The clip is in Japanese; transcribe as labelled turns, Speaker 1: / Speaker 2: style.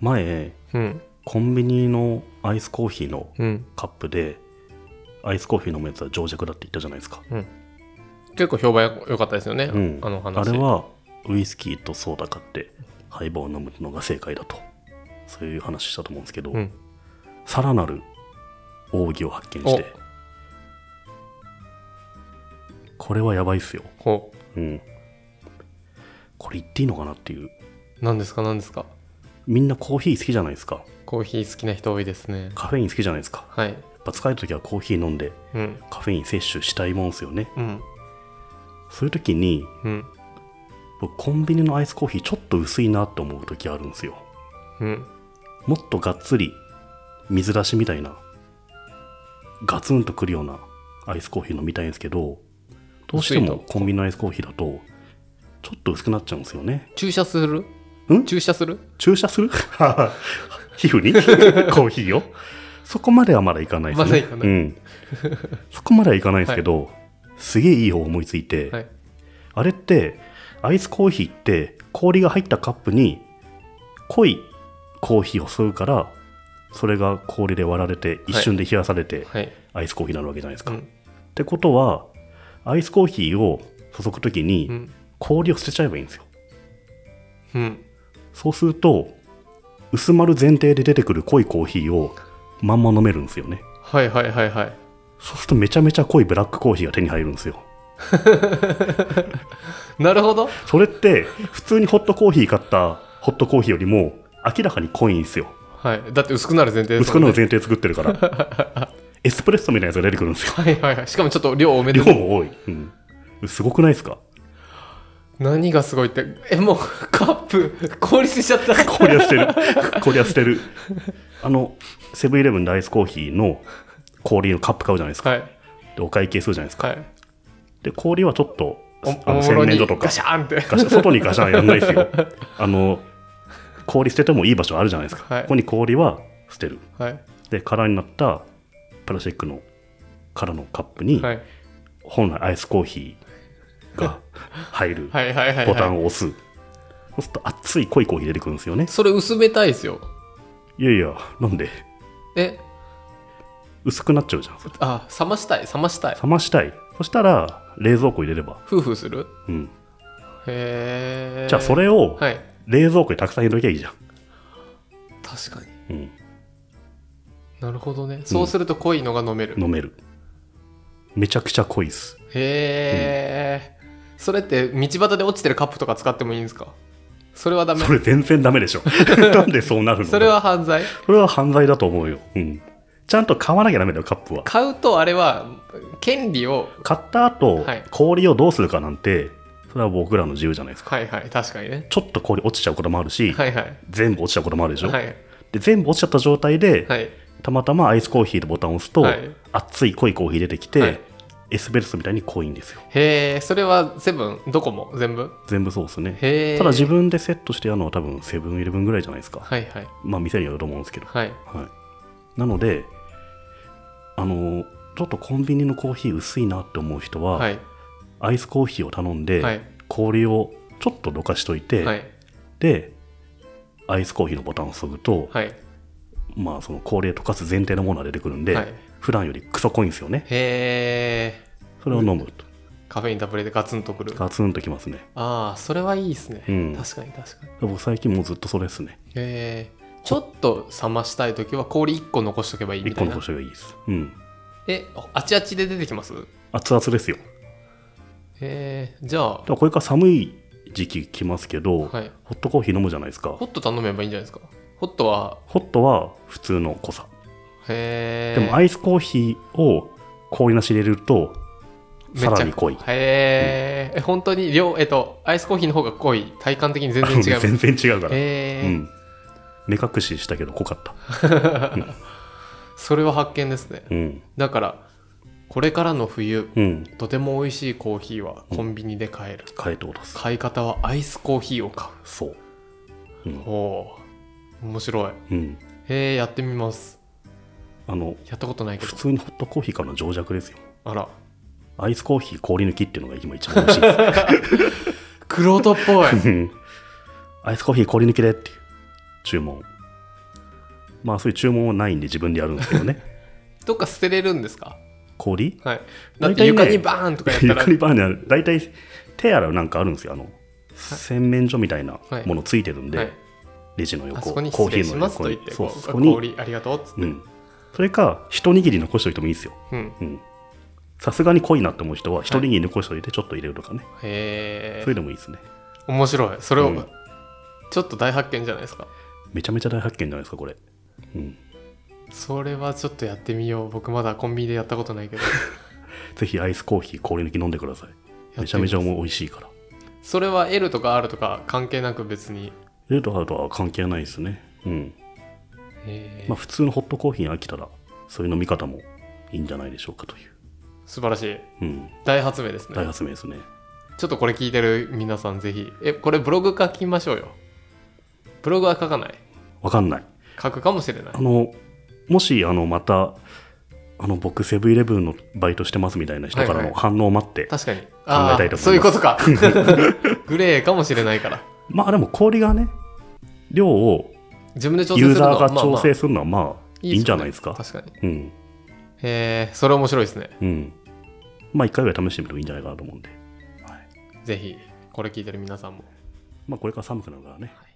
Speaker 1: 前
Speaker 2: うん
Speaker 1: コンビニのアイスコーヒーの
Speaker 2: うん
Speaker 1: カップでアイスコーヒー飲むやつは情弱だって言ったじゃないですか、
Speaker 2: 結構評判良かったですよね、
Speaker 1: うん、
Speaker 2: あの話
Speaker 1: れはウイスキーとソーダ買ってハイボール飲むのが正解だとそういう話したと思うんですけど、
Speaker 2: うん
Speaker 1: さらなる奥義を発見してこれはやばいっすよ、
Speaker 2: ほ
Speaker 1: うん、これ言っていいのかなっていう
Speaker 2: う何ですか何ですか
Speaker 1: みんなコーヒー好きじゃないですか
Speaker 2: コーヒー好きな人多いですね
Speaker 1: カフェイン好きじゃないですか
Speaker 2: はい
Speaker 1: やっぱ疲れた時はコーヒー飲んで
Speaker 2: うん
Speaker 1: カフェイン摂取したいもんですよね
Speaker 2: うん
Speaker 1: そういう時に
Speaker 2: うん
Speaker 1: 僕コンビニのアイスコーヒーちょっと薄いなって思う時あるんですよ
Speaker 2: うん
Speaker 1: もっとがっつり水出しみたいなガツンとくるようなアイスコーヒー飲みたいんですけどどうして
Speaker 2: 薄い
Speaker 1: も
Speaker 2: の
Speaker 1: コンビニのアイスコーヒーだとちょっと薄くなっちゃうんですよね
Speaker 2: 注射する
Speaker 1: ん
Speaker 2: 注射する
Speaker 1: 注射す る皮膚にコーヒーをそこまではまだいかないですね
Speaker 2: まだいかない
Speaker 1: うん、そこまではいかないですけど、すげえいい方思いついて、
Speaker 2: はい
Speaker 1: あれってアイスコーヒーって氷が入ったカップに濃いコーヒーを吸うからそれが氷で割られて一瞬で冷やされて
Speaker 2: はい
Speaker 1: アイスコーヒーになるわけじゃないです
Speaker 2: う
Speaker 1: か。
Speaker 2: ん
Speaker 1: ってことはアイスコーヒーを注ぐ時
Speaker 2: う
Speaker 1: に
Speaker 2: ん
Speaker 1: 氷を捨てちゃえばいいんですよ。
Speaker 2: うん
Speaker 1: そうすると薄まる前提で出てくる濃いコーヒーをまんま飲めるんですよね。
Speaker 2: はいはいはいはい
Speaker 1: そうするとめちゃめちゃ濃いブラックコーヒーが手に入るんですよ。
Speaker 2: なるほど
Speaker 1: それって普通にホットコーヒー買ったホットコーヒーよりも明らかに濃いんですよ。
Speaker 2: はいだって薄くなる前提です
Speaker 1: 薄くの
Speaker 2: もんね
Speaker 1: 前提作ってるから エスプレッソみたいなやつが出てくるんですよ
Speaker 2: はいはいはいしかもちょっと量多めで
Speaker 1: 量
Speaker 2: す
Speaker 1: も多い、うん、すごくないですか
Speaker 2: 何がすごいってえもうカップ氷捨てち ゃった
Speaker 1: 氷は捨て る氷は捨てるあのセブンイレブンでアイスコーヒーの氷のカップ買うじゃないですか、
Speaker 2: はい
Speaker 1: でお会計するじゃないですか
Speaker 2: はい
Speaker 1: で氷はちょっと
Speaker 2: お
Speaker 1: あ
Speaker 2: お
Speaker 1: の
Speaker 2: も
Speaker 1: 洗
Speaker 2: ろ
Speaker 1: 面
Speaker 2: に
Speaker 1: 所とか
Speaker 2: ガシャーンって
Speaker 1: ガシャ外にガシャンやんないです よあの氷捨ててもいい場所あるじゃないですか、
Speaker 2: はい
Speaker 1: ここに氷は捨てる
Speaker 2: はい
Speaker 1: で空になったプラスチックの空のカップに、
Speaker 2: はい
Speaker 1: 本来アイスコーヒー が入る
Speaker 2: はいはいはい
Speaker 1: ボタ
Speaker 2: は
Speaker 1: ン
Speaker 2: い
Speaker 1: を押す、そうすると熱い濃いコーヒー出てくるんですよね
Speaker 2: それ薄めたいですよ
Speaker 1: いやいやなんで
Speaker 2: え
Speaker 1: 薄くなっちゃうじゃんそれ
Speaker 2: あ冷ましたい冷ましたい
Speaker 1: 冷ましたいそしたら冷蔵庫入れれば
Speaker 2: 夫婦する
Speaker 1: うん
Speaker 2: へえ
Speaker 1: じゃあそれを
Speaker 2: はい
Speaker 1: 冷蔵庫にたくさん入れときゃいいじゃん、
Speaker 2: 確かに
Speaker 1: うん、
Speaker 2: なるほどねそうすると濃いのが飲める、へ
Speaker 1: 飲めるめちゃくちゃ濃いっす
Speaker 2: え、それって道端で落ちてるカップとか使ってもいいんですかそれはダメ
Speaker 1: それ全然ダメで しょなんでそうなるの
Speaker 2: それは犯罪
Speaker 1: それは犯罪だと思うよ、うん、ちゃんと買わなきゃダメだよカップは
Speaker 2: 買うとあれは権利を
Speaker 1: 買った後、
Speaker 2: はい
Speaker 1: 氷をどうするかなんてそれは僕らの自由じゃないですか
Speaker 2: はいはい確かにね
Speaker 1: ちょっと氷落ちちゃうこともあるし、
Speaker 2: はいはい
Speaker 1: 全部落ちちゃうこともあるでしょ、
Speaker 2: はい
Speaker 1: で全部落ちちゃった状態で、
Speaker 2: はい
Speaker 1: たまたまアイスコーヒーでボタンを押すと、
Speaker 2: はい
Speaker 1: 熱い濃いコーヒー出てきて、
Speaker 2: はい
Speaker 1: エスベルスみたいに濃いんですよ
Speaker 2: へえそれはセブンどこも全部
Speaker 1: 全部そうですね
Speaker 2: へえ
Speaker 1: ただ自分でセットしてやるのは多分セブンイレブンぐらいじゃないですか、
Speaker 2: はいはい
Speaker 1: まあ店によると思うんですけど、
Speaker 2: はい
Speaker 1: はい、なのであのーちょっとコンビニのコーヒー薄いなって思う人は、
Speaker 2: はい
Speaker 1: アイスコーヒーを頼んで、
Speaker 2: はい
Speaker 1: 氷をちょっとどかしといて、
Speaker 2: はい
Speaker 1: でアイスコーヒーのボタンを押すと、
Speaker 2: はい
Speaker 1: まあその氷で溶かす前提のものが出てくるんで、
Speaker 2: はい
Speaker 1: 普段よりクソ濃いんですよね
Speaker 2: へえ
Speaker 1: それを飲むと、
Speaker 2: カフェインたっぷりでガツンとくる
Speaker 1: ガツンときますね
Speaker 2: ああそれはいいですね、
Speaker 1: うん
Speaker 2: 確かに確かに
Speaker 1: 僕最近もうずっとそれですね
Speaker 2: へえちょっと冷ましたい時は氷1個残しとけばいいみ
Speaker 1: 一
Speaker 2: た
Speaker 1: 個
Speaker 2: い
Speaker 1: の
Speaker 2: な
Speaker 1: 星がいいですうん
Speaker 2: えあちあちで出てきます
Speaker 1: 熱々ですよ
Speaker 2: へえじゃあ
Speaker 1: でもこれから寒い時期来ますけど、
Speaker 2: はい
Speaker 1: ホットコーヒー飲むじゃないですか
Speaker 2: ホット頼めばいいんじゃないですかホットは
Speaker 1: ホットは普通の濃さ、
Speaker 2: へえ
Speaker 1: でもアイスコーヒーを氷なし入れるとさらに濃い
Speaker 2: めっちゃへーえ、本当に量、えっと、アイスコーヒーの方が濃い、体感的に全然違いま す。
Speaker 1: 全然違うから、
Speaker 2: へ
Speaker 1: う
Speaker 2: ー
Speaker 1: ん、目隠ししたけど濃かった、
Speaker 2: それは発見ですね。
Speaker 1: うん
Speaker 2: だから、これからの冬、
Speaker 1: うん、
Speaker 2: とても美味しいコーヒーはコンビニで買える。
Speaker 1: 変えて落とす
Speaker 2: 買い方はアイスコーヒーを買
Speaker 1: そう、
Speaker 2: う。おお、面白い。
Speaker 1: うん、
Speaker 2: へえ、やってみます。
Speaker 1: あの
Speaker 2: やったことないけ
Speaker 1: 普
Speaker 2: ど。
Speaker 1: 通にホットコーヒーからの情弱ですよ
Speaker 2: あら、
Speaker 1: アイスコーヒー氷抜きっていうのが今一番美味しい で
Speaker 2: クロートっぽい。
Speaker 1: すアイスコーヒー氷抜きでっていう注文まあそういう注文はないんで自分でやるんですけどね
Speaker 2: どっか捨てれるんですか
Speaker 1: 氷
Speaker 2: はい。だっ
Speaker 1: 大体
Speaker 2: て
Speaker 1: ね
Speaker 2: 床にバーンとかやったら
Speaker 1: 床。にバーンにある大体手洗うなんかあるんですよあの洗面所みたいな
Speaker 2: はい
Speaker 1: ものついてるんで、
Speaker 2: はい、
Speaker 1: レジの横
Speaker 2: あそこに
Speaker 1: コー
Speaker 2: 失
Speaker 1: ヒ
Speaker 2: 礼
Speaker 1: ー
Speaker 2: し
Speaker 1: の
Speaker 2: ます
Speaker 1: 横
Speaker 2: と言っ
Speaker 1: に
Speaker 2: て、
Speaker 1: そう
Speaker 2: こう
Speaker 1: そこに、
Speaker 2: 氷ありがとうっつって。
Speaker 1: うん、それか一握り残しておいてもいいですよ
Speaker 2: うん
Speaker 1: うんさすがに濃いなって思う人は一握り残しておいてちょっと入れるとかね、
Speaker 2: へ
Speaker 1: それ
Speaker 2: え。
Speaker 1: でもいいですね
Speaker 2: 面白い。それを、
Speaker 1: うん
Speaker 2: ちょっと大発見じゃないですか。
Speaker 1: めちゃめちゃ大発見じゃないですかこれ、うん、
Speaker 2: それはちょっとやってみよう。僕まだコンビニでやったことないけど。
Speaker 1: ぜひアイスコーヒー氷抜き飲んでください めちゃめちゃ
Speaker 2: やってみます
Speaker 1: 美味しいから
Speaker 2: それは L とか R とか関係なく別に。
Speaker 1: ルートアウトは関係ないですねうん
Speaker 2: へー
Speaker 1: まあ普通のホットコーヒーに飽きたらそういう飲み方もいいんじゃないでしょうかという、
Speaker 2: 素晴らしい。
Speaker 1: うん、
Speaker 2: 大発明ですね。
Speaker 1: 大発明ですね
Speaker 2: ちょっとこれ聞いてる皆さんぜひ。え、これブログ書きましょうよ。ブログは書かない。
Speaker 1: わかんない
Speaker 2: 書くかもしれない
Speaker 1: あ。のもしあのまたあの僕セブンイレブンのバイトしてますみたいな人から
Speaker 2: はいは
Speaker 1: の
Speaker 2: い
Speaker 1: 反応を待って、
Speaker 2: 確かに。
Speaker 1: 考えたいと思います
Speaker 2: あーそういうことか。 グレーかもしれないから。
Speaker 1: まあでも氷がね量を
Speaker 2: 自分で調整す
Speaker 1: ユー
Speaker 2: るの
Speaker 1: ザー
Speaker 2: は
Speaker 1: が
Speaker 2: まあま
Speaker 1: 調
Speaker 2: あ
Speaker 1: 整するのはまあ
Speaker 2: い
Speaker 1: いいんじゃないですか。
Speaker 2: 確か
Speaker 1: う
Speaker 2: に。
Speaker 1: ん。
Speaker 2: へえ、それ面白いですね。
Speaker 1: うん。まあ一回ぐらい試してみるといいんじゃないかなと思うんで。
Speaker 2: ぜひ、これ聞いてる皆さんも。
Speaker 1: まあこれから寒くなるからね。
Speaker 2: い